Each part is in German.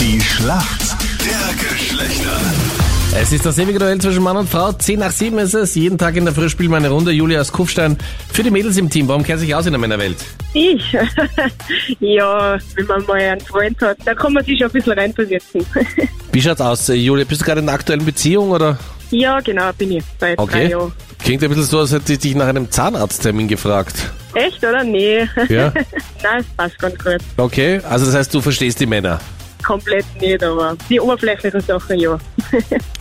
Die Schlacht der Geschlechter. Es ist das ewige Duell zwischen Mann und Frau. 10 nach 7 ist es. Jeden Tag in der Früh spielen wir eine Runde. Julia aus Kufstein für die Mädels im Team. Warum kennt sich aus in der Männerwelt? Ich? ja, wenn man mal einen Freund hat, da kann man sich schon ein bisschen reinversetzen. Wie schaut's aus, äh, Julia? Bist du gerade in einer aktuellen Beziehung oder? ja, genau, bin ich. Seit drei Okay. Jahren. Klingt ein bisschen so, als hätte ich dich nach einem Zahnarzttermin gefragt. Echt, oder? Nee. Ja. Nein, es passt ganz gut. Okay, also das heißt, du verstehst die Männer. Komplett nicht, aber die oberflächlichen Sachen ja.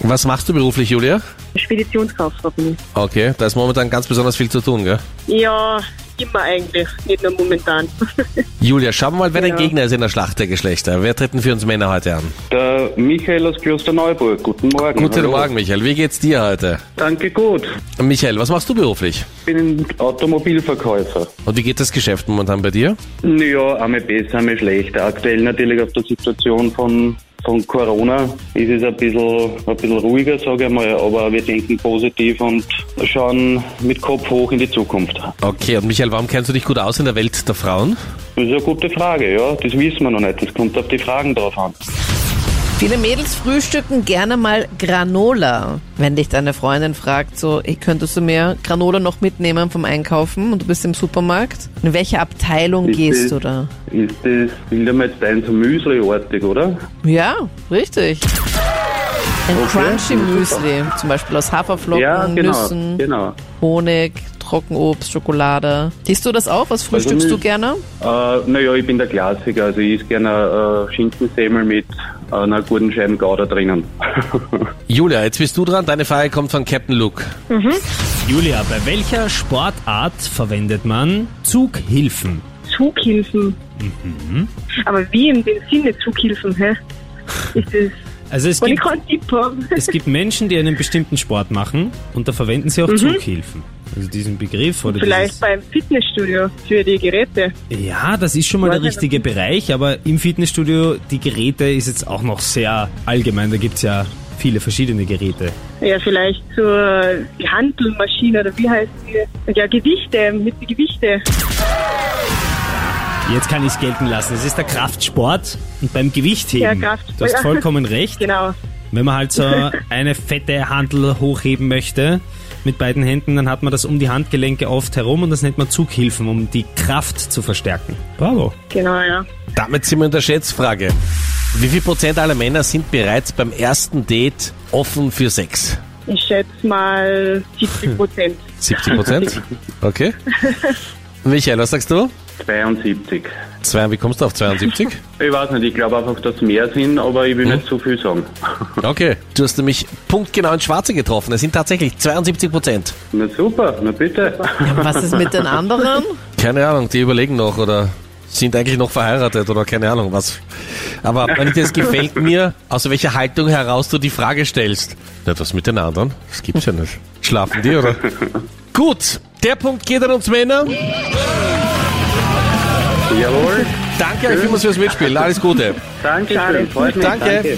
Was machst du beruflich, Julia? Speditionskauffrau bin ich. Okay, da ist momentan ganz besonders viel zu tun, gell? Ja, immer eigentlich, nicht nur momentan. Julia, schauen wir mal, wer Ja. dein Gegner ist in der Schlacht der Geschlechter. Wer treten für uns Männer heute an? Der Michael aus Klosterneuburg. Guten Morgen. Guten Hallo. Morgen, Michael. Wie geht's dir heute? Danke gut. Michael, was machst du beruflich? Ich bin Automobilverkäufer. Und wie geht das Geschäft momentan bei dir? Naja, einmal besser, einmal schlechter. Aktuell natürlich auf der Situation von, von Corona ist es ein bisschen, ein bisschen ruhiger, sage ich mal. Aber wir denken positiv und schauen mit Kopf hoch in die Zukunft. Okay, und Michael, warum kennst du dich gut aus in der Welt der Frauen? Das ist eine gute Frage, ja. Das wissen wir noch nicht. Das kommt auf die Fragen drauf an. Viele Mädels frühstücken gerne mal Granola. Wenn dich deine Freundin fragt, so, hey, könntest du mir Granola noch mitnehmen vom Einkaufen und du bist im Supermarkt? In welche Abteilung Ist gehst das- du da? Ist das, will ich mal jetzt ein so müsliartig, oder? Ja, richtig. Ein Okay, Crunchy super. Müsli, zum Beispiel aus Haferflocken, ja, genau. Nüssen, genau. Honig, Trockenobst, Schokolade. Isst du das auch? Was frühstückst Also du nicht. gerne? Äh, naja, ich bin der Klassiker. Also ich esse gerne äh, Schinkensemmel mit äh, einer guten Scheibe Gouda drinnen. Julia, jetzt bist du dran. Deine Frage kommt von Captain Luke. Julia, bei welcher Sportart verwendet man Zughilfen? Zughilfen. Aber wie in dem Sinne Zughilfen, hä? Ist das, Also es wenn ich gibt, keinen Tipp habe. es gibt Menschen, die einen bestimmten Sport machen und da verwenden sie auch Zughilfen. Also diesen Begriff oder Mhm. Vielleicht beim Fitnessstudio für die Geräte. dieses, Ja, das ist schon mal der richtige Bereich, aber im Fitnessstudio, die Geräte ist jetzt auch noch sehr allgemein. Da gibt's ja viele verschiedene Geräte. Ja, vielleicht zur Handelmaschine oder wie heißt die? Ja, Gewichte, mit den Gewichte. Jetzt kann ich es gelten lassen. Es ist der Kraftsport und beim Ja, Gewichtheben. Kraftsport. du hast vollkommen recht. Genau. Wenn man halt so eine fette Handel hochheben möchte mit beiden Händen, dann hat man das um die Handgelenke oft herum und das nennt man Zughilfen, um die Kraft zu verstärken. Bravo. Genau, ja. Damit sind wir in der Schätzfrage. Wie viel Prozent aller Männer sind bereits beim ersten Date offen für Sex? Ich schätze mal 70 Prozent. 70 Prozent? Okay. Michael, was sagst du? 72. Zwei, wie kommst du auf 72? Ich weiß nicht, ich glaube einfach, dass mehr sind, aber ich will nicht zu viel sagen. Okay. Du hast nämlich punktgenau ins Schwarze getroffen. Es sind tatsächlich 72 Prozent. Na super, na bitte. Was ist mit den anderen? Keine Ahnung, die überlegen noch oder sind eigentlich noch verheiratet oder keine Ahnung was. Aber Anita, es gefällt mir, aus welcher Haltung heraus du die Frage stellst. Na, was mit den anderen? Das gibt's ja nicht. Schlafen die, oder? Gut, der Punkt geht an uns Männer. Jawohl, Danke euch vielmals fürs Mitspielen. Alles Gute. danke schön, freut mich. Danke.